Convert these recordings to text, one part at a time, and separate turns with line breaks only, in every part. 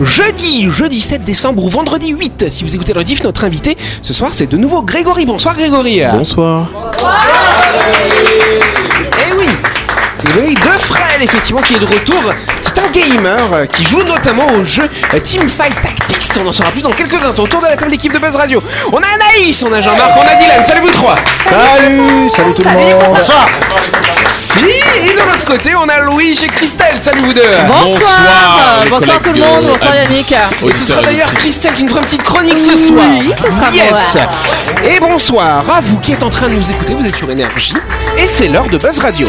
jeudi, jeudi 7 décembre ou vendredi 8. Si vous écoutez le rediff, notre invité ce soir, c'est de nouveau Grégory. Bonsoir Grégory.
Bonsoir.
Eh oui, c'est Grégory Defrel, effectivement, qui est de retour. C'est un gamer euh, qui joue notamment au jeu euh, Teamfight Tactics. On en saura plus dans quelques instants. Autour de la table, l'équipe de Buzz Radio. On a Anaïs, on a Jean-Marc, on a Dylan. Salut vous trois.
Salut, salut tout le monde. Bonsoir.
Si, et de l'autre côté, on a Louis et Christelle. Salut vous deux.
Bonsoir,
les
bonsoir tout
collègues
le monde,
de
bonsoir
Abyss.
Yannick.
Et ce sera
Auditeurs,
d'ailleurs Christelle qui nous fera une petite chronique ce soir. Ah,
Oui, ce sera
Yes.
moi.
Et bonsoir à vous qui êtes en train de nous écouter, vous êtes sur Énergie et c'est l'heure de Buzz Radio.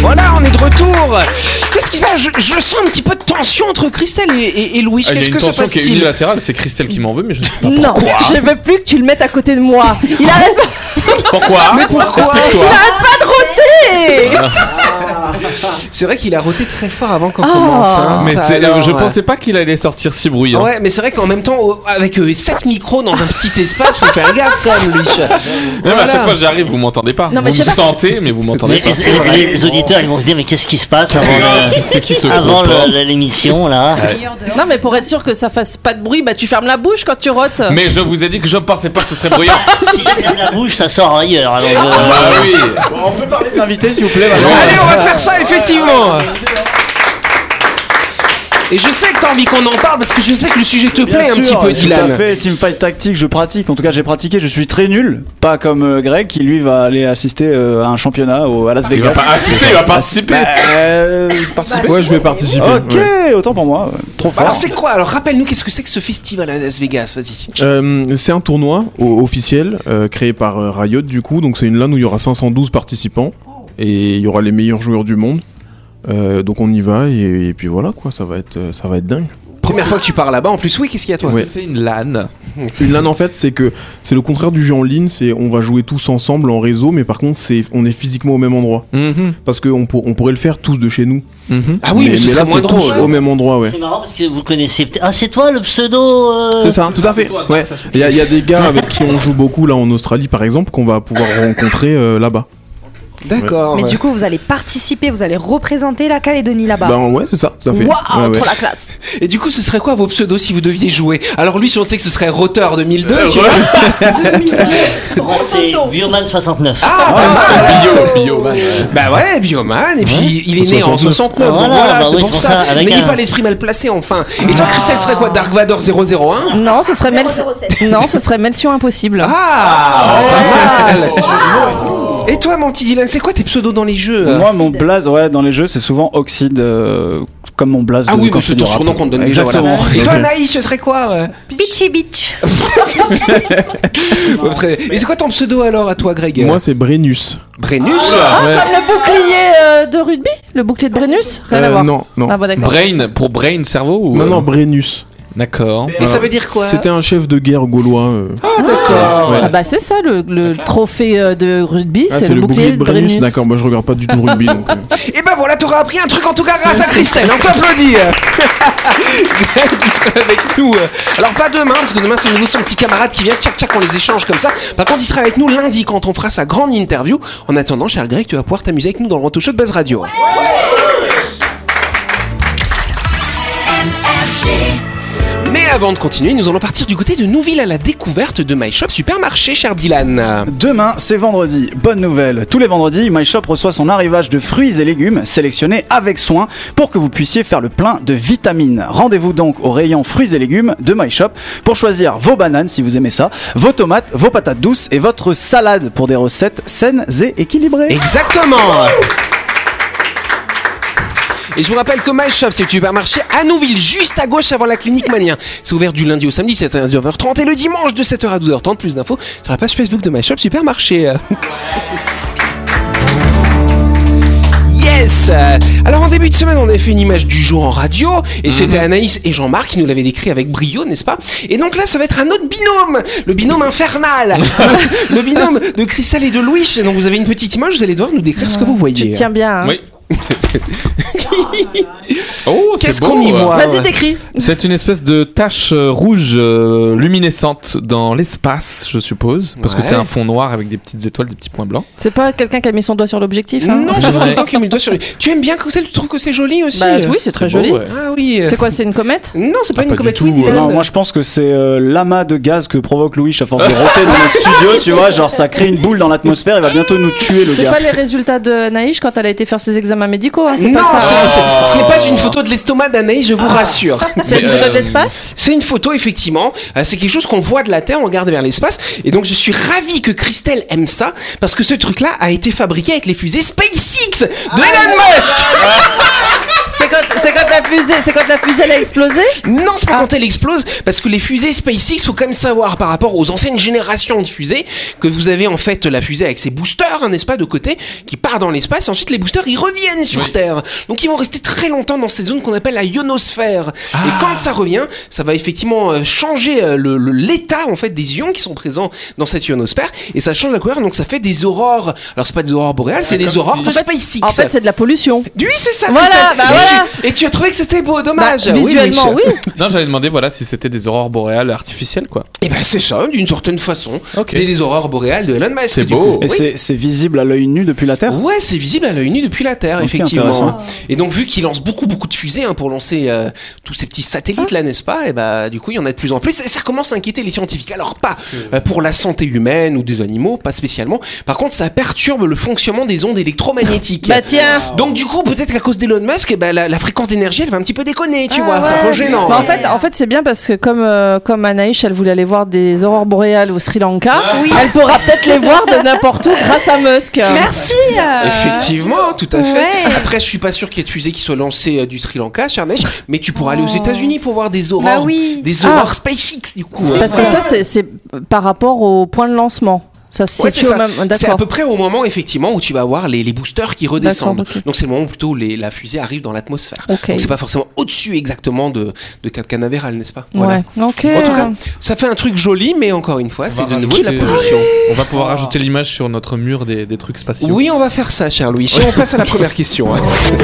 Voilà, on est de retour. Qu'est-ce qui se passe je, je sens un petit peu de tension entre Christelle et, et, et Louis.
Ah, Il y a
Qu'est-ce
une
que se
tension qui est
passe-t-il
unilatérale, c'est Christelle qui m'en veut, mais je ne sais pas
Non, je veux plus que tu le mettes à côté de moi. Il arrête pas
pourquoi.
Mais pourquoi
Respecte-toi.
de roter
C'est vrai qu'il a roté très fort avant qu'on
Oh.
commence. hein.
Mais
Enfin,
c'est- euh,
alors,
je
ouais.
pensais pas qu'il allait sortir si
Ah
bruyant.
Ouais, mais c'est vrai qu'en même temps, au- avec 7 micros dans un petit espace, faut faire gaffe quand même, Louis.
Même à
Voilà.
chaque fois que j'arrive, vous m'entendez pas.
Non,
vous
mais
me
je sais pas.
sentez, mais vous m'entendez
Mais
pas.
les, les- les auditeurs ils vont se dire mais qu'est-ce qui se passe avant, la-
Qui c'est qui se
avant
comporte
le- l'émission là
Ouais.
Non mais pour être sûr que ça fasse pas de bruit, bah tu fermes la bouche quand tu rotes.
Mais je vous ai dit que je ne pensais pas que ce serait bruyant.
Si je ferme la bouche ça sort ailleurs. alors, euh,
bah oui.
Invité, s'il vous plaît. maintenant.
Allez, on va faire ça, effectivement. Et je sais que t'as envie qu'on en parle parce que je sais que le sujet te plaît
Bien
un petit
sûr,
peu,
Tout à
Dylan.
fait, teamfight tactique, je pratique. En tout cas, j'ai pratiqué, je suis très nul. Pas comme euh, Greg qui lui va aller assister euh, à un championnat au, à Las
Il
Vegas.
va pas assister, il va participer.
Euh, participer
Ouais, je vais participer.
Ok,
ouais.
autant pour moi. Trop fort.
Bah, Alors c'est quoi Alors rappelle-nous qu'est-ce que c'est que ce festival à Las Vegas, vas-y.
Euh, c'est un tournoi o- officiel euh, créé par euh, Riot, du coup. Donc, c'est une LAN où il y aura 512 participants et il y aura les meilleurs joueurs du monde. Euh, donc, on y va et, et puis voilà quoi, ça va être, euh, ça va être dingue.
Première fois que tu pars là-bas, en plus oui, qu'est-ce qu'il y a toi
Qu'est-ce
Ouais.
que c'est une LAN
Une LAN en fait, c'est que c'est le contraire du jeu en ligne. C'est on va jouer tous ensemble en réseau, mais par contre, c'est on est physiquement au même endroit
Mhm,
parce qu'on on pourrait le faire tous de chez nous.
mhm.
Ah oui, mais, ce
là,
serait moins
c'est tous
drôle.
au même endroit, ouais.
C'est marrant parce que vous connaissez peut-être. Ah c'est toi le pseudo. euh,
C'est ça, tout à fait. Ouais. Il y, a- il y a des gars avec qui on joue beaucoup là en Australie par exemple qu'on va pouvoir rencontrer euh, là-bas.
D'accord.
Mais du coup, vous allez participer, vous allez représenter la Calédonie
Bah.
là-bas.
Ben ouais, c'est ça, tout à fait.
Waouh,
Ouais, ouais.
trop la classe.
Et du coup, ce serait quoi vos pseudos si vous deviez jouer Alors lui, on sait que ce serait Roteur 2002. tu vois.
moi, c'est Viewman 69.
Ah, Bio, bio, man.
Ah, bah ouais, Bioman. Et puis il est né en 69. donc
Voilà,
voilà,
bah
c'est
oui,
pour
c'est pour
ça.
ça, avec
N'ayez
un-
pas l'esprit mal placé, enfin. Et toi, Christelle, serait quoi Dark Vador 001
Non, ce serait Mel- Non, ce serait Melsion impossible.
Ah, pas mal. Et toi, mon petit Dylan, c'est quoi tes pseudos dans les jeux euh
Moi, mon blaze, ouais, dans les jeux, c'est souvent Oxide, euh, comme mon blaze.
Ah
de-
oui,
quand
mais
je
c'est
fais du
ton
rap.
surnom qu'on te donne déjà. voilà.
Exactement.
Et toi, Anaïs, ce serait quoi euh
Bitchy bitch.
Ouais, très- Et c'est quoi ton pseudo alors à toi, Greg
Moi c'est Brennus.
Brennus
Ouais.
Comme le bouclier euh, de rugby Le bouclier de Brennus Rien à
Euh,
voir.
non, non.
Ah bon d'accord.
Brain, pour brain, cerveau ou
non,
euh,
non, Brennus. Euh,
D'accord.
Et ça veut dire quoi
C'était un chef de guerre gaulois. euh.
Ah, d'accord.
Ah bah c'est ça le, le trophée euh, de rugby,
Ah,
c'est le, bouclier de
Brennus.
Brennus.
D'accord, moi je regarde pas du tout le rugby. donc, euh.
Et ben voilà, t'auras appris un truc en tout cas grâce à Christelle. On t'applaudit. Greg qui sera avec nous. euh, Alors pas demain parce que demain c'est nouveau son petit camarade qui vient. Tchac tchac, on les échange comme ça. Par contre, il sera avec nous lundi quand on fera sa grande interview. En attendant, cher Greg, tu vas pouvoir t'amuser avec nous dans le Roto Show de Buzz Radio. Mais avant de continuer, nous allons partir du côté de Nouville à la découverte de My Shop Supermarché, cher Dylan.
Demain, c'est vendredi. Bonne nouvelle. Tous les vendredis, My Shop reçoit son arrivage de fruits et légumes sélectionnés avec soin pour que vous puissiez faire le plein de vitamines. Rendez-vous donc au rayon fruits et légumes de My Shop pour choisir vos bananes si vous aimez ça, vos tomates, vos patates douces et votre salade pour des recettes saines et équilibrées.
Exactement et je vous rappelle que My Shop, c'est le supermarché à Nouville, juste à gauche avant la clinique Mania. C'est ouvert du lundi au samedi, 7h30 et le dimanche de 7h à 12h30. Plus d'infos sur la page Facebook de My Shop Supermarché. Yes, Yes Euh, Alors en début de semaine, on avait fait une image du jour en radio, et c'était Anaïs et Jean-Marc qui nous l'avaient décrit avec brio, n'est-ce pas Et donc là, ça va être un autre binôme, le binôme infernal, le, le binôme de Christelle et de Louis. Donc vous avez une petite image, vous allez devoir nous décrire ce que vous
Tu
voyez.
te tiens bien. hein.
Oui. oh, c'est
Qu'est-ce
beau,
qu'on y
ouais.
voit
Vas-y,
ouais.
t'écris.
C'est une espèce de tache euh, rouge euh, luminescente dans l'espace, je suppose, parce que
Ouais.
c'est un fond noir avec des petites étoiles, des petits points blancs.
C'est pas quelqu'un qui a mis son doigt sur l'objectif. hein
Non, c'est pas quelqu'un qui met le doigt sur lui. Tu aimes bien Christelle Tu trouves que c'est joli aussi euh
Bah, oui, c'est très
beau,
joli.
ouais.
Ah oui. euh,
C'est quoi, c'est une comète
Non, c'est pas
Ah,
une
pas du
comète
tout,
Winnie
euh,
Non,
Land.
moi je pense que c'est euh, l'amas de gaz que provoque Louis à force de roter dans notre studio, tu vois, genre ça crée une boule dans l'atmosphère, il va bientôt nous tuer le
C'est
gars.
pas les résultats de Naïch quand elle a été faire ses examens médicaux. hein, c'est
non,
pas ça. Ah.
c'est- c'est-
Oh.
ce n'est pas une photo de l'estomac d'Anaïs, je vous rassure.
C'est le
Mais,
photo
euh,
de l'espace
C'est une photo, effectivement. Euh, c'est quelque chose qu'on voit de la Terre, on regarde vers l'espace. Et donc, je suis ravi que Christelle aime ça, parce que ce truc-là a été fabriqué avec les fusées SpaceX de Elon
Ah.
Musk.
C'est quand, c'est quand la fusée, c'est quand la fusée elle a explosé
Non,
Ah.
c'est pas quand elle explose, parce que les fusées SpaceX, faut quand même savoir par rapport aux anciennes générations de fusées, que vous avez en fait la fusée avec ses boosters, hein, n'est-ce pas, de côté, qui part dans l'espace, et ensuite les boosters, ils reviennent sur
Oui.
Terre. Donc ils vont rester très longtemps dans cette zone qu'on appelle la ionosphère. Et
Ah.
quand ça revient, ça va effectivement euh, changer euh, le- le- l'état en fait des ions qui sont présents dans cette ionosphère, et ça change la couleur, donc ça fait des aurores. Alors c'est pas des aurores boréales, c'est des aurores de SpaceX.
Ah, En fait, c'est de la pollution.
oui, c'est ça,
Voilà,
Christelle.
bah
et,
voilà.
tu, et tu as trouvé que c'était beau, dommage.
Bah,
Oui,
visuellement,
Louis.
oui.
Non, j'avais demandé voilà si c'était des aurores boréales artificielles quoi.
Et ben c'est ça, d'une certaine façon.
Ok.
C'est les aurores boréales de Elon Musk.
C'est
du coup.
beau.
Et
Oui.
c'est- c'est visible à l'œil nu depuis la Terre
Ouais, c'est visible à l'œil nu depuis la Terre,
Ok,
effectivement.
intéressant.
Et donc vu qu'il lance beaucoup beaucoup de fusées hein, pour lancer euh, tous ces petits satellites là, n'est-ce pas Et bah du coup il y en a de plus en plus. Et ça commence à inquiéter les scientifiques. Alors pas euh, pour la santé humaine ou des animaux, pas spécialement. Par contre, ça perturbe le fonctionnement des ondes électromagnétiques.
Bah tiens.
donc du coup, peut-être qu'à cause d'Elon Musk, eh ben, la, la fréquence d'énergie, elle va un petit peu déconner, tu
Ah
vois. C'est un
ouais.
peu gênant. hein.
Bah, en fait, en fait c'est bien parce que comme, euh, comme Anaïs, elle voulait aller voir des aurores boréales au Sri Lanka,
Ah
elle pourra peut-être les voir de n'importe où grâce à Musk.
Merci euh,
Effectivement, tout à fait.
ouais.
Après, je suis pas sûr qu'il y ait de fusée qui soit lancée euh, du Sri Lanka, cher Neige, mais tu pourras
Oh.
aller aux États-Unis pour voir des aurores.
Bah oui
Des aurores SpaceX, du coup.
Ah.
hein.
Parce que ça, c'est- c'est par rapport au point de lancement. Ça se
Ouais, c'est
situe
ça.
au même.
C'est à
D'accord.
peu près au moment, effectivement, où tu vas avoir les, les boosters qui redescendent.
D'accord, ok.
Donc, c'est le moment où plutôt les, la fusée arrive dans l'atmosphère.
Ok.
Donc, c'est pas forcément au-dessus exactement de, de Cap Canaveral, n'est-ce pas
Ouais. Ok.
En tout cas, ça fait un truc joli, mais encore une fois, c'est de
va
nouveau de la
rajouter-
pollution.
On va pouvoir ajouter l'image sur notre mur des, des trucs spatiaux.
Ah. Oui, on va faire ça, cher Louis. Et on passe à la première question. hein.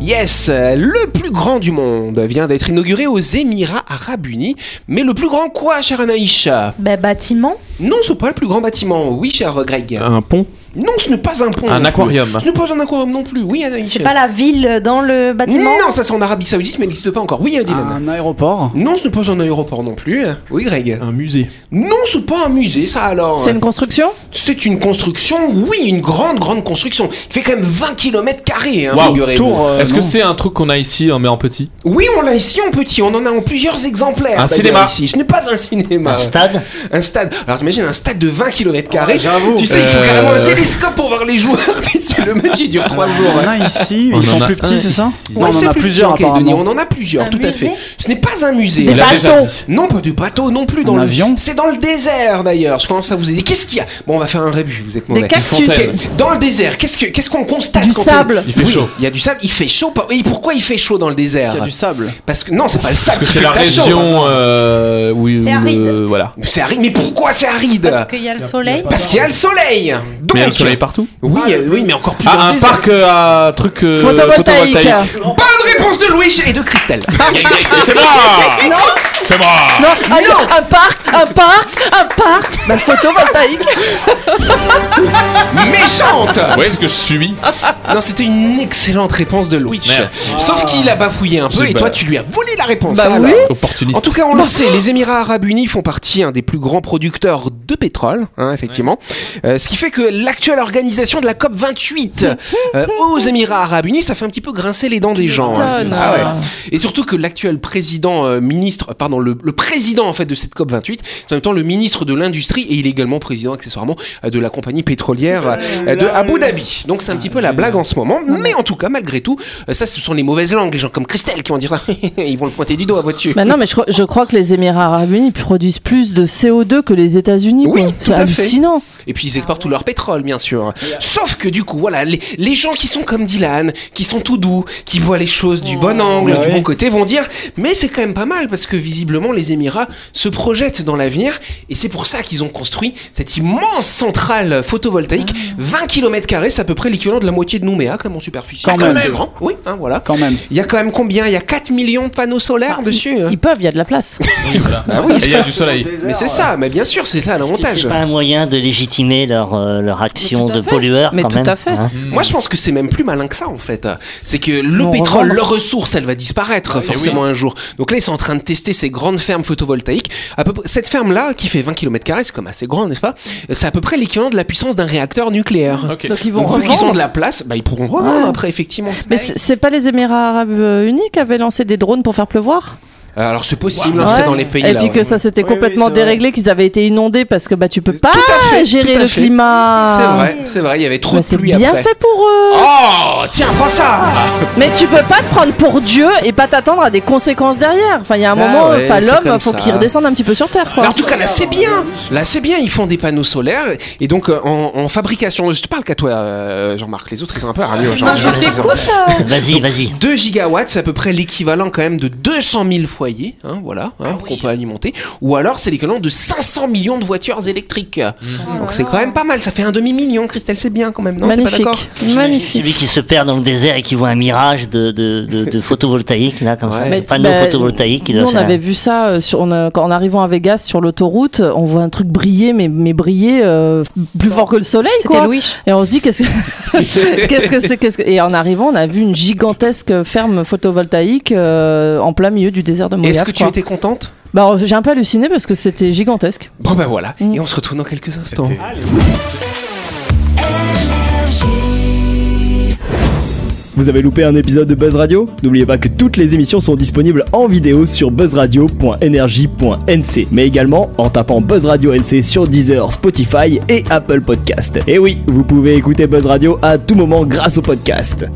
Yes, euh, le plus grand du monde vient d'être inauguré aux Émirats Arabes Unis. Mais le plus grand quoi, cher Anaïcha
Bah, bâtiment
Non, ce n'est pas le plus grand bâtiment. Oui, cher euh, Greg.
Un pont
Non, ce n'est pas un pont. non
Ah. Un
plus.
aquarium.
Ce n'est pas un aquarium non plus. Oui, Anaïcha.
C'est pas la ville dans le bâtiment
Non, ça c'est en Arabie Saoudite, mais il n'existe pas encore. Oui, euh, Dylan.
Ah.
Un aéroport
Non, ce n'est pas un aéroport non plus. Oui,
Ah.
Greg.
Un musée
Non, ce n'est pas un musée, ça alors.
C'est une construction
C'est une construction, oui, une grande, grande construction. Qui fait quand même 20 km carrés, hein,
Waouh,
figurez-vous.
tour, euh,
Est-ce que
non.
c'est un truc qu'on a ici en mais en petit
Oui, on l'a ici en petit, on en a en plusieurs exemplaires.
Un
d'ailleurs,
cinéma.
Ici. Ce n'est pas un cinéma.
Un stade
Un stade. Alors t'imagines un stade de 20 km carrés.
Oh, j'avoue.
tu sais, il faut
Euh.
carrément un télescope pour voir les joueurs. c'est le match, il dure 3 jours.
On en a ici,
On
ils sont
en a
plus
un
petits, c'est ça
ici.
Non,
Ouais,
Euh, on
c'est
en a
plus
plusieurs
petit en Calédonie,
apparemment.
On en a plusieurs,
Un
tout à
musée
fait. Ce n'est pas un musée.
Il a déjà dit.
Non, pas du bateau non plus. Dans
Un
le...
avion
C'est dans le désert d'ailleurs. Je commence à vous aider. Qu'est-ce qu'il y a Bon, on va faire un rébut. Vous êtes mauvais.
Des cactus.
fontaines.
Dans le désert, qu'est-ce que- qu'est-ce qu'on constate
Du
quand on-
sable.
Il fait
Oui,
chaud.
Il y a du sable. Il fait chaud. pas- Et pourquoi il fait chaud dans le
Il
désert
y a du sable.
Parce que non, c'est pas le sable.
Parce que
qui
c'est
fait
la
pas chaud.
région euh, où
C'est
où
aride.
le- voilà.
C'est aride. Mais pourquoi c'est aride
Parce qu'il y a le soleil
Parce qu'il y a le soleil. Donc.
Mais il y a le soleil partout.
Oui, euh, oui, mais encore plus. dans
Ah,
le
un
désert.
parc euh, à truc euh,
Photovoltaïque.
Bonne réponse de Louis et de Christelle.
C'est moi C'est moi
Non, ah non, un parc, un parc, un parc. Bah, photovoltaïque.
Méchante. Ah,
Vous voyez ce que je suis
Non, c'était une excellente réponse de Louis.
Merci.
Sauf qu'il a bafouillé un peu
J'ai
et
pas-
toi tu lui as volé la réponse. Ah
Bah
Alors,
oui.
Opportuniste.
En tout cas, on le sait, les Émirats Arabes Unis font partie hein, des plus grands producteurs de pétrole, hein, effectivement. Euh, ce qui fait que l'actuelle organisation de la COP 28 euh, aux Émirats Arabes Unis, ça fait un petit peu grincer les dents des gens. hein.
m'étonnes.
Ah ouais. Et surtout que l'actuel président euh, ministre, euh, pardon, temps le, le président en fait de cette COP 28, c'est en même temps le ministre de l'industrie et il est également président accessoirement euh, de la compagnie pétrolière euh, de Abu Dhabi. Donc c'est un petit peu la blague en ce moment, mais en tout cas malgré tout, euh, ça ce sont les mauvaises langues, les gens comme Christelle qui vont dire Ah, ils vont le pointer du doigt, vois-tu.
Bah non, mais je, crois- je crois que les Émirats Arabes Unis produisent plus de CO2 que les États-Unis.
Oui,
quoi.
tout
c'est
à fait.
hallucinant.
Et puis ils exportent tout leur pétrole, bien sûr. Sauf que du coup, voilà, les, les gens qui sont comme Dylan, qui sont tout doux, qui voient les choses du bon angle,
Ah
du
oui.
bon côté, vont dire Mais c'est quand même pas mal, parce que visiblement, les Émirats se projettent dans l'avenir, et c'est pour ça qu'ils ont construit cette immense centrale photovoltaïque. 20 km, c'est à peu près l'équivalent de la moitié de Nouméa, comme en superficie.
Quand même.
C'est grand, oui, hein, voilà.
Quand même.
Il y a quand même combien Il y a 4 millions de panneaux solaires dessus. hein.
Ils peuvent, il y a de la place.
Oui, voilà.
Ah oui,
Et hein. il y a du soleil.
Mais
euh,
c'est ça, mais bien sûr, c'est ça
Est-ce que
l'avantage.
C'est pas un moyen de légitimer leur, euh, leur action
Mais tout à
de
fait.
pollueur
Mais
quand
tout
même.
à fait.
hein.
Moi, je pense que c'est même plus malin que ça, en fait. C'est que le
Bon,
pétrole,
revendre.
leur ressource, elle va disparaître forcément un jour. Donc là, ils sont en train de tester ces grandes fermes photovoltaïques. À peu près- cette ferme-là, qui fait 20 km, c'est comme assez grand, n'est-ce pas euh, C'est à peu près l'équivalent de la puissance d'un réacteur nucléaire.
Ok.
Donc Mm. ils vont
Donc, vu qu'ils ont
revendre.
de la place, bah, ils pourront revendre
Ouais.
après, effectivement.
Mais c'est c'est pas les Émirats Arabes Unis qui avaient lancé des drones pour faire pleuvoir
Euh, Alors, c'est possible, hein, c'est
Ouais.
dans les pays
Et
là.
puis
ouais.
que ça s'était
Oui,
complètement
oui, c'est
déréglé, qu'ils avaient été inondés parce que bah tu peux pas
à fait,
gérer
tout à
le
fait.
climat.
C'est vrai, c'est vrai, il y avait trop
Bah,
de
c'est
pluie
bien
après.
fait pour eux.
Oh, tiens, prends ça
Mais tu peux pas te prendre pour Dieu et pas t'attendre à des conséquences derrière. Enfin, il y a un
Ah
moment,
ouais,
enfin
c'est comme
l'homme, faut
ça.
qu'il redescende un petit peu sur terre,
Mais
quoi.
en tout cas, là, c'est bien. Là, c'est bien. Ils font des panneaux solaires. Et donc, euh, en, en fabrication, je te parle qu'à toi, euh, Jean-Marc. Les autres, ils sont un peu hargneux. Jean-Marc, ils ont-
Vas-y, vas-y.
2 gigawatts, c'est à peu près l'équivalent quand même de 200 000 foyers, hein, voilà, hein, qu'on peut alimenter. Ou alors, c'est l'équivalent de 500 millions de voitures électriques. Donc, c'est quand même pas mal. Ça fait un demi-million, Christelle. C'est bien quand même, non T'es pas d'accord
Magnifique, magnifique.
Celui qui se perd dans le désert et qui voit un mirage de, de, de, de photovoltaïque, là, comme
Ouais.
ça,
Mais
le panneau
bah,
photovoltaïque. il
Nous,
doit
on
faire-
avait vu ça euh, sur, on a- quand- en arrivant à Vegas sur l'autoroute. euh, On voit un truc briller, mais, mais briller euh, plus fort que le soleil.
C'était
quoi.
Louis.
Et on se dit qu'est-ce que qu'est-ce que c'est qu'est-ce que... Et en arrivant, on a vu une gigantesque ferme photovoltaïque euh, en plein milieu du désert de Mojave.
Est-ce que tu
quoi.
étais contente
Bah, j'ai un peu halluciné parce que c'était gigantesque.
Bon, ben voilà.
Mm.
Et on se retrouve dans quelques instants.
Vous avez loupé un épisode de Buzz Radio N'oubliez pas que toutes les émissions sont disponibles en vidéo sur buzzradio.energie.nc, mais également en tapant Buzz Radio NC sur Deezer, Spotify et Apple Podcast. Et oui, vous pouvez écouter Buzz Radio à tout moment grâce au podcast.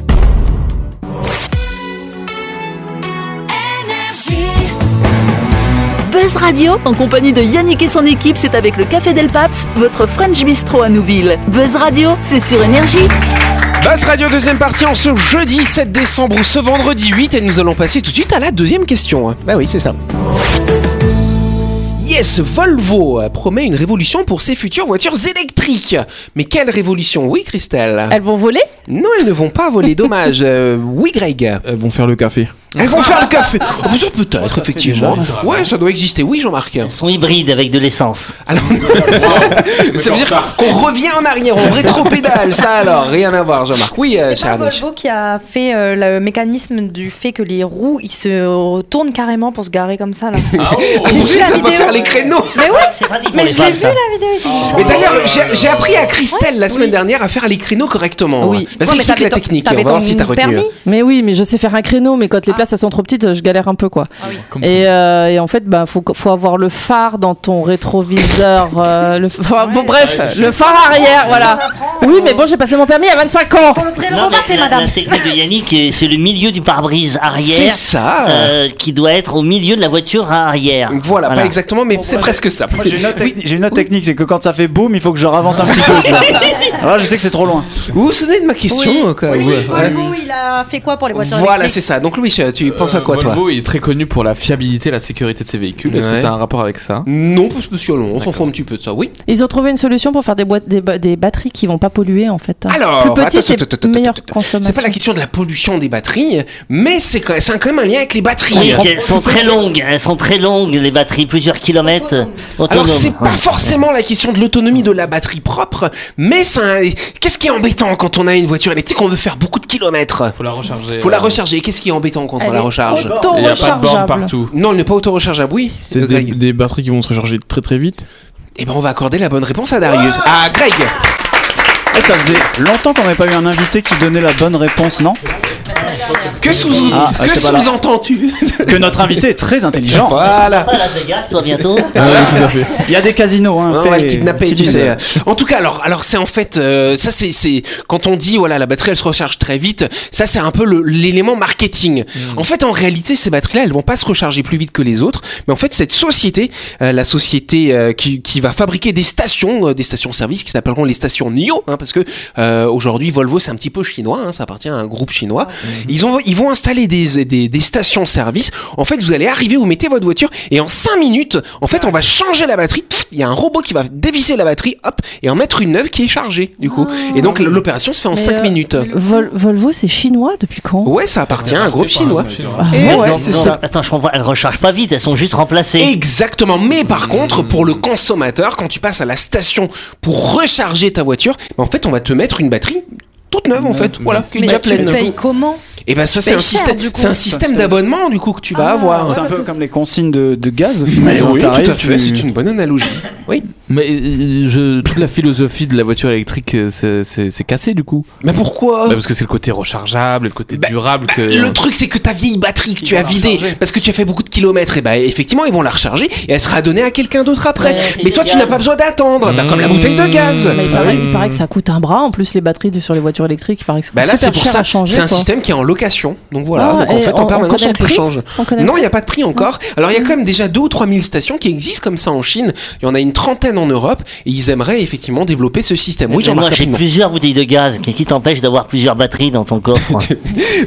Buzz Radio, en compagnie de Yannick et son équipe, c'est avec le Café Del Paps, votre French Bistro à Nouville. Buzz Radio, c'est sur Énergie.
Buzz Radio, deuxième partie en ce jeudi 7 décembre ou ce vendredi 8 et nous allons passer tout de suite à la deuxième question. hein. Bah oui, c'est ça. Yes, Volvo euh, promet une révolution pour ses futures voitures électriques. Mais quelle révolution, oui Christelle
Elles vont voler
Non, elles ne vont pas voler, dommage. Euh, oui Greg
Elles vont faire le café.
Elles vont faire le café Oh, bah ça peut-être, effectivement. Ouais, ça doit exister, oui Jean-Marc.
Ils sont hybrides avec de l'essence.
Alors, ça veut
Bah,
dire qu'on revient en arrière, on rétropédale, ça alors, rien à voir Jean-Marc. Oui, euh,
C'est pas
chère Annick.
Volvo qui a fait euh, le mécanisme du fait que les roues ils se retournent carrément pour se garer comme ça là.
Ah,
J'ai
pour
vu
ceux
la
qui savent pas
vidéo.
faire les créneaux
mais oui,
C'est pratique pour
mais
les
je l'ai
femmes,
vu
ça.
la vidéo ici.
Mais
euh,
d'ailleurs, j'ai- j'ai appris à Christelle la semaine dernière à faire les créneaux correctement. hein.
Oui.
Vas-y,
Ouais, mais
explique
t'avais
la
ton-
technique. On
t'avais
va voir
ton
si t'as retenu.
permis
Mais oui, mais je sais faire un créneau, mais quand les places elles sont trop petites, je galère un peu quoi.
Comme-
Et, euh, et en fait, bah, faut, faut avoir le phare dans ton rétroviseur. euh, le, enfin, bon, bref, le phare arrière, voilà. Oui, mais bon, j'ai passé mon permis à 25 ans.
faudrait le
Non, mais
repasser
la,
madame.
la technique de Yannick, euh, c'est le milieu du pare-brise
Ah, C'est
arrière
ça.
euh, qui doit être au milieu de la voiture arrière.
Voilà, pas exactement, mais c'est presque ça.
Moi, J'ai une autre, techni- j'ai une autre technique, c'est que quand ça fait boum, il faut que je ravance un petit peu. tu vois. Alors là, je sais que c'est trop loin.
Vous vous souvenez de ma question
Oui.
quand même Ouais.
Volvo, il a fait quoi pour les voitures
Voilà, c'est
électriques
ça. Donc, Louis, tu
Euh,
penses à quoi,
euh, Volvo
toi
est très connu pour la fiabilité et la sécurité de ses véhicules. Est-ce
Ouais.
que ça a un rapport avec ça
Non, pas spécialement. On s'en fout un petit peu de ça, oui.
Ils ont trouvé une solution pour faire des, boîtes, des, ba- des batteries qui vont pas polluer en fait. hein.
Alors,
plus
attends,
petites
attends, attends,
et
attends,
meilleure
attends, attends.
consommation.
C'est pas la question de la pollution des batteries, mais c'est quand c'est quand même un lien avec les
Oui,
batteries.
elles sont très longues, elles sont très longues, les batteries, plusieurs kilomètres. euh,
Alors,
autonomes.
c'est pas
Ouais.
forcément la question de l'autonomie de la batterie propre, mais ça. Qu'est-ce qui est embêtant quand on a une voiture électrique On veut faire beaucoup de kilomètres.
Faut la recharger.
Faut la
ouais.
recharger. Qu'est-ce qui est embêtant quand
Elle
on la
est
recharge
Et y a pas de borne
auto-rechargeable. euh,
partout.
Non, elle n'est pas auto-rechargeable, oui. euh,
C'est des,
Greg.
des batteries qui vont se recharger très très vite.
Eh ben, on va accorder la bonne réponse à Darius. à Greg
Et ça faisait longtemps qu'on n'avait pas eu un invité qui donnait la bonne réponse, non
Que sous-
Ah,
que
c'est pas là.
sous-entends-tu
Que notre invité est très intelligent.
Voilà.
Pas Las Vegas, toi bientôt.
Ah
Il y a des casinos. Hein,
On
fais-
va le kidnapper, tu
timide.
sais. En tout cas, alors, alors c'est en fait, euh, ça c'est, c'est quand on dit voilà la batterie elle se recharge très vite, ça c'est un peu le- l'élément marketing. En fait, en réalité, ces batteries-là, elles vont pas se recharger plus vite que les autres, mais en fait cette société, euh, la société euh, qui, qui va fabriquer des stations, euh, des stations-service qui s'appelleront les stations NIO, hein, parce que euh, aujourd'hui Volvo c'est un petit peu chinois, hein, ça appartient à un groupe chinois. Ils ont, ils vont installer des, des, des stations-service. En fait, vous allez arriver, vous mettez votre voiture et en 5 minutes, en fait, on va changer la batterie. Pfft, Il y a un robot qui va dévisser la batterie, hop, et en mettre une neuve qui est chargée, du coup. Et donc l'opération se fait en
Ah. Mais,
5
euh,
minutes.
Vol- Volvo, c'est chinois depuis quand
Ouais, ça appartient à un groupe chinois. Et
Ah.
Mais
ouais,
non,
c'est
non,
ça.
Attends, je comprends. Elles rechargent pas vite, elles sont juste remplacées.
Exactement. Mais par contre, pour le consommateur, quand tu passes à la station pour recharger ta voiture, bah, en fait, on va te mettre une batterie toute neuve, en fait. Voilà, qui est
Mais
déjà
tu
pleine.
payes comment
Et ben ça,
Tu
c'est un
payes cher,
système,
du coup.
c'est un système
c'est-
d'abonnement, du coup, que tu vas
Ah,
avoir.
bah,
C'est un peu comme les consignes de, de gaz au final.
Mais
Quand
oui, tout
t'arrives,
à fait,
tu-
c'est une bonne analogie. Oui.
Mais euh, je, toute la philosophie de la voiture électrique, euh, c'est- c'est c'est cassé du coup.
Mais pourquoi
Bah, parce que c'est le côté rechargeable et le côté durable que.
Le truc, c'est que ta vieille batterie que tu as vidée, parce que tu as fait beaucoup de kilomètres, et bah effectivement, ils vont la recharger et elle sera donnée à quelqu'un d'autre après.
Ouais, c'est
mais toi,
du
tu n'as
gaz.
pas besoin d'attendre, bah, comme la bouteille de gaz.
Mais il,
Ah
paraît,
oui.
il paraît que ça coûte un bras en plus les batteries de- sur les voitures électriques. Il paraît que ça coûte
Bah là,
super
c'est pour
cher
ça.
à changer.
C'est un
quoi.
système qui est en location. Donc voilà.
Ah,
donc en
et
fait,
on-
en
on
permanence,
connaît
on,
le
te le
prix
change.
On connaît Ah. Mm.
Non,
le
il n'y a pas de prix encore. Alors, il y a quand même déjà 2 ou 3 000 stations qui existent comme ça en Chine. Il y en a une trentaine en Europe et ils aimeraient effectivement développer ce système. Oui,
Mais
j'en
moi,
marque
j'ai plusieurs bouteilles de gaz. Qu'est-ce qui t'empêche d'avoir plusieurs batteries dans ton coffre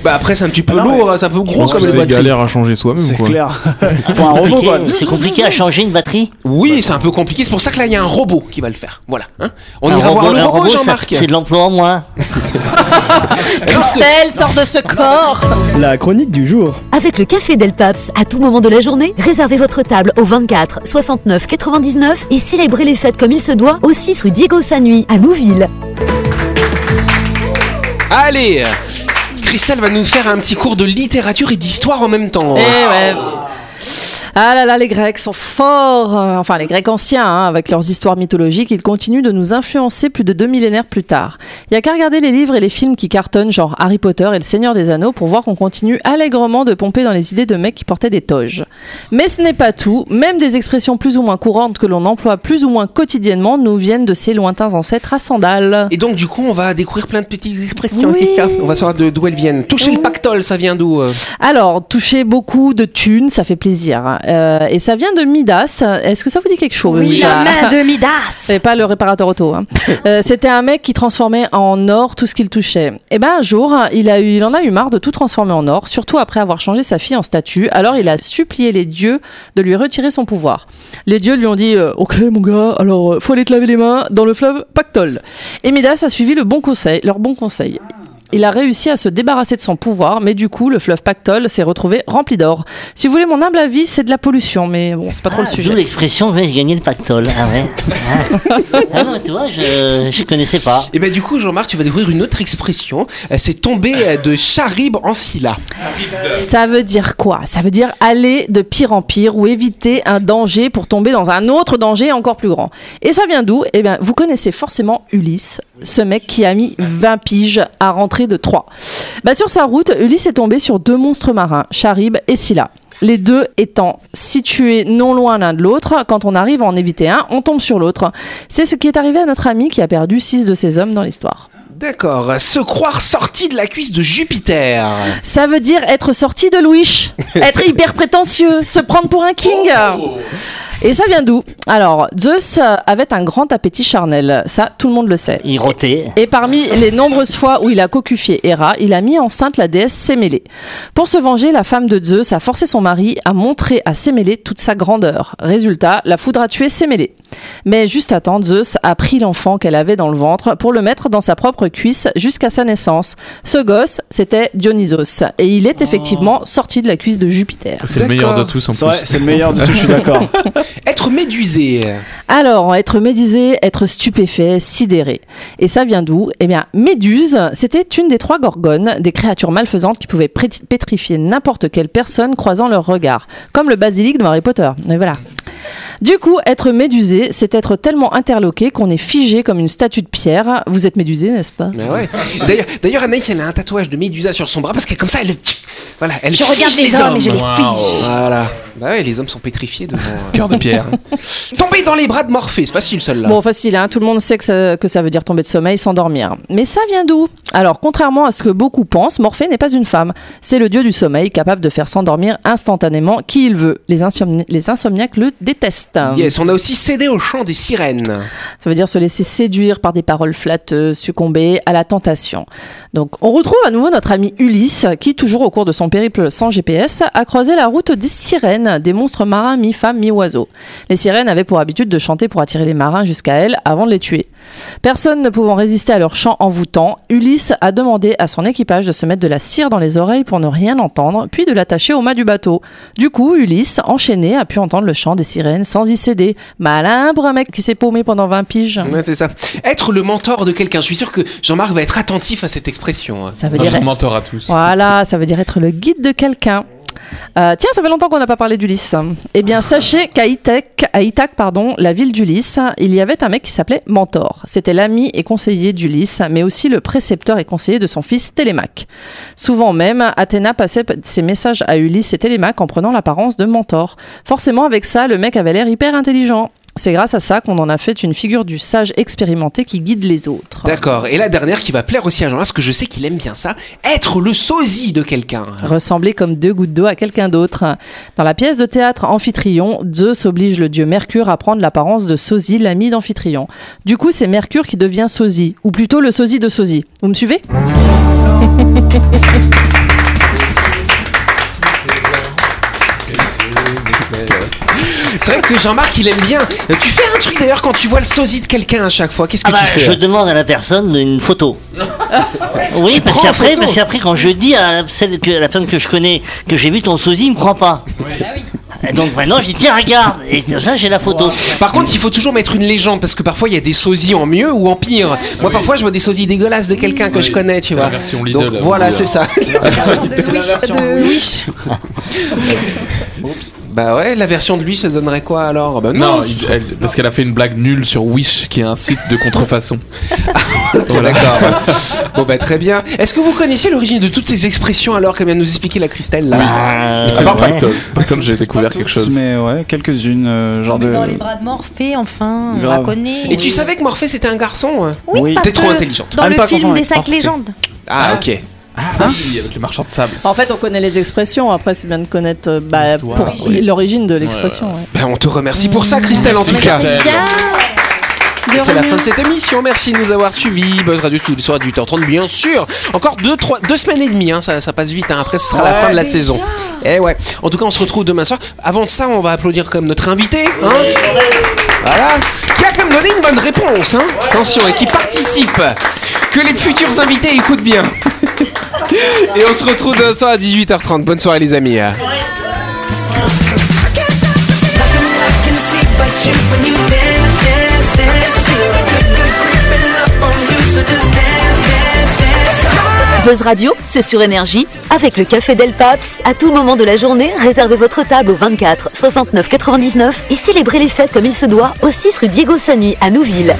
Bah après, c'est un petit peu lourd, hein, c'est un peu gros comme les
C'est
batteries.
galère à changer soi-même,
C'est
quoi.
clair. Pour un robot,
bah,
quoi.
C'est compliqué à changer une batterie.
Oui, c'est un peu compliqué. C'est pour ça que là, il y a un robot qui va le faire. Voilà. hein. On
Un
ira voir le
un
robot,
ça-
Jean-Marc.
C'est de l'emploi en moins.
Christelle, sort de ce corps
La chronique du jour.
Avec le café Del Paps, à tout moment de la journée, réservez votre table au 24 69 99 et célébrez les fêtes comme il se doit au 6 rue Diego Sanui à Nouville.
Allez, Christelle va nous faire un petit cours de littérature et d'histoire en même temps.
Eh ouais. Ah là là, les Grecs sont forts, euh, enfin les Grecs anciens, hein, avec leurs histoires mythologiques, ils continuent de nous influencer plus de deux millénaires plus tard. Il n'y a qu'à regarder les livres et les films qui cartonnent, genre Harry Potter et Le Seigneur des Anneaux, pour voir qu'on continue allègrement de pomper dans les idées de mecs qui portaient des toges. Mais ce n'est pas tout, même des expressions plus ou moins courantes que l'on emploie plus ou moins quotidiennement nous viennent de ces lointains ancêtres à sandales.
Et donc, du coup, on va découvrir plein de petites expressions.
Oui.
Kika. On va savoir de- d'où elles viennent. Toucher le pactole, ça vient d'où euh
Alors, toucher beaucoup de thunes, ça fait plaisir. Euh, et ça vient de Midas. Est-ce que ça vous dit quelque chose
Oui,
ça
la main de Midas.
C'est pas le réparateur auto. hein. Euh, C'était un mec qui transformait en or tout ce qu'il touchait. Et ben un jour, il, a eu, il en a eu marre de tout transformer en or, surtout après avoir changé sa fille en statue. Alors il a supplié les dieux de lui retirer son pouvoir. Les dieux lui ont dit euh, Ok mon gars, alors euh, faut aller te laver les mains dans le fleuve Pactole. Et Midas a suivi le bon conseil, leur bon conseil. Il a réussi à se débarrasser de son pouvoir, mais du coup, le fleuve Pactole s'est retrouvé rempli d'or. Si vous voulez mon humble avis, c'est de la pollution, mais bon, c'est pas trop le
Ah, D'où
sujet.
l'expression vais-je gagner le pactole Ah ouais. Ah. Ah non, mais tu vois, je, je connaissais pas.
Et ben du coup, Jean-Marc, tu vas découvrir une autre expression. Euh, C'est tomber euh, de charib en scylla.
Ça veut dire quoi Ça veut dire aller de pire en pire ou éviter un danger pour tomber dans un autre danger encore plus grand. Et ça vient d'où Eh bien, vous connaissez forcément Ulysse, ce mec qui a mis 20 piges à rentrer de 3. Bah, sur sa route, Ulysse est tombé sur deux monstres marins, Charib et Scylla. Les deux étant situés non loin l'un de l'autre, quand on arrive à en éviter un, on tombe sur l'autre. C'est ce qui est arrivé à notre ami qui a perdu 6 de ses hommes dans l'histoire.
D'accord. Se croire sorti de la cuisse de Jupiter.
Ça veut dire être sorti de Louis, être hyper prétentieux, se prendre pour un king. Et ça vient d'où Alors, Zeus euh, avait un grand appétit charnel, ça tout le monde le sait.
Il rotait.
Et parmi les nombreuses fois où il a cocufié Héra, il a mis enceinte la déesse Sémélé. Pour se venger, la femme de Zeus a forcé son mari à montrer à Sémélé toute sa grandeur. Résultat, la foudre a tué Sémélé. Mais juste à temps, Zeus a pris l'enfant qu'elle avait dans le ventre pour le mettre dans sa propre cuisse jusqu'à sa naissance. Ce gosse, c'était Dionysos. Et il est effectivement sorti de la cuisse de Jupiter.
C'est le meilleur de tous en
C'est
plus.
vrai, c'est le meilleur de tout, je suis d'accord.
Être médusé.
Alors, être médisé, être stupéfait, sidéré. Et ça vient d'où Eh bien, Méduse, c'était une des trois gorgones, des créatures malfaisantes qui pouvaient prét- pétrifier n'importe quelle personne croisant leur regard, comme le basilic dans Harry Potter. Et voilà. Du coup, être médusé, c'est être tellement interloqué qu'on est figé comme une statue de pierre. Vous êtes médusé, n'est-ce pas
Ah ouais. D'ailleurs- D'ailleurs, Anaïs, elle a un tatouage de Médusa sur son bras parce que comme ça, elle. Voilà, elle
Je
fige
regarde les hommes et je les
Waouh.
fige.
Voilà. Bah ouais, les hommes sont pétrifiés devant. euh.
Cœur de pierre.
Tomber dans les bras de Morphée, c'est facile celle-là.
Bon, facile, hein, tout le monde sait que ça, que ça veut dire tomber de sommeil, s'endormir. Mais ça vient d'où Alors, contrairement à ce que beaucoup pensent, Morphée n'est pas une femme. C'est le dieu du sommeil, capable de faire s'endormir instantanément qui il veut. Les, insomni- les insomniaques le détestent.
euh,
Yes, on a aussi cédé au chant des sirènes.
Ça veut dire se laisser séduire par des paroles flatteuses, succomber à la tentation. Donc, on retrouve à nouveau notre ami Ulysse, qui, toujours au cours de son périple sans GPS, a croisé la route des sirènes, des monstres marins mi-femmes, mi-oiseaux. Les sirènes avaient pour habitude de chanter pour attirer les marins jusqu'à elles avant de les tuer. Personne ne pouvant résister à leur chant envoûtant, Ulysse a demandé à son équipage de se mettre de la cire dans les oreilles pour ne rien entendre, puis de l'attacher au mât du bateau. Du coup, Ulysse, enchaîné, a pu entendre le chant des sirènes sans y céder. Malin pour un mec qui s'est paumé pendant 20 piges.
Ouais, c'est ça. Être le mentor de quelqu'un. Je suis sûr que Jean-Marc va être attentif à cette expression. hein.
Ça veut
Notre
dire-
mentor à tous.
Voilà, ça veut dire être le guide de quelqu'un. Euh, tiens, ça fait longtemps qu'on n'a pas parlé d'Ulysse. Eh bien, sachez qu'à Ithac, à Ithac, pardon, la ville d'Ulysse, il y avait un mec qui s'appelait Mentor. C'était l'ami et conseiller d'Ulysse, mais aussi le précepteur et conseiller de son fils Télémaque. Souvent même, Athéna passait p- ses messages à Ulysse et Télémaque en prenant l'apparence de Mentor. Forcément, avec ça, le mec avait l'air hyper intelligent. C'est grâce à ça qu'on en a fait une figure du sage expérimenté qui guide les autres.
D'accord. Et la dernière qui va plaire aussi à Jean-Marc, parce que je sais qu'il aime bien ça, être le sosie de quelqu'un.
Ah. ressembler comme deux gouttes d'eau à quelqu'un d'autre. Dans la pièce de théâtre Amphitryon, Zeus oblige le dieu Mercure à prendre l'apparence de Sosie, l'ami d'Amphitryon. Du coup, c'est Mercure qui devient Sosie, ou plutôt le Sosie de Sosie. Vous me suivez
C'est vrai que Jean-Marc, il aime bien. Euh, Tu fais un truc d'ailleurs quand tu vois le sosie de quelqu'un à chaque fois. Qu'est-ce que
Ah bah,
tu
je
fais
demande à la personne une photo. oui,
Tu
parce
prends en
qu'après,
photo.
parce qu'après, quand je dis à celle que la femme que je connais que j'ai vu ton sosie, il me croit pas. Et Donc maintenant, je dis tiens, regarde. Et là, j'ai la photo.
Par contre, il faut toujours mettre une légende parce que parfois il y a des sosies en mieux ou en pire. Moi, parfois, je vois des sosies dégueulasses de quelqu'un que je connais, tu
C'est la
vois.
version Lidl,
Donc
là,
voilà,
vous
c'est ça.
De Wish. De Wish.
bah ouais, la version de lui, ça donnerait quoi alors Bah
Non, il- elle- parce qu'elle a fait une blague nulle sur Wish, qui est un site de contrefaçon. voilà.
D'accord. bon bah très bien. Est-ce que vous connaissez l'origine de toutes ces expressions alors qu'elle vient de nous expliquer la Christelle là
Euh,
Ah À part
ouais.
Pactole. Pactole, j'ai découvert quelque chose.
Mais ouais, quelques-unes, euh, genre de.
Dans les bras de Morphée, enfin, on
Grave.
la connaît.
Et tu savais que Morphée c'était un garçon hein T'es
Oui, parce
trop
que
intelligente.
Dans
Ah,
le
pas
film
confondu.
des cinq
Parfait.
légendes.
Ah ok.
Ah oui, avec le marchand de sable.
En fait, on connaît les expressions. Après, c'est bien de connaître euh, bah,
L'histoire,
pour-
oui.
l'origine de l'expression. ouais.
Bah on te remercie pour ça Christelle en tout cas. C'est la fin de cette émission. Merci de nous avoir suivis. Buzz Radio tous les soirs du temps 30 bien sûr. Encore deux, trois, deux semaines et demie, hein, ça, ça passe vite. hein. Après, ce sera la fin de la saison. Eh ouais. En tout cas, on se retrouve demain soir. Avant ça, on va applaudir comme notre invité, hein, voilà, qui a comme donné une bonne réponse. hein. Attention et qui participe. Que les futurs invités écoutent bien. et on se retrouve demain soir à 18h30. Bonne soirée les amis.
Buzz Radio, c'est sur énergie.
Avec le café Del Paps, à tout moment de la journée, réservez votre table au 24 69 99 et célébrez les fêtes comme il se doit au 6 rue Diego Sanui à Nouville.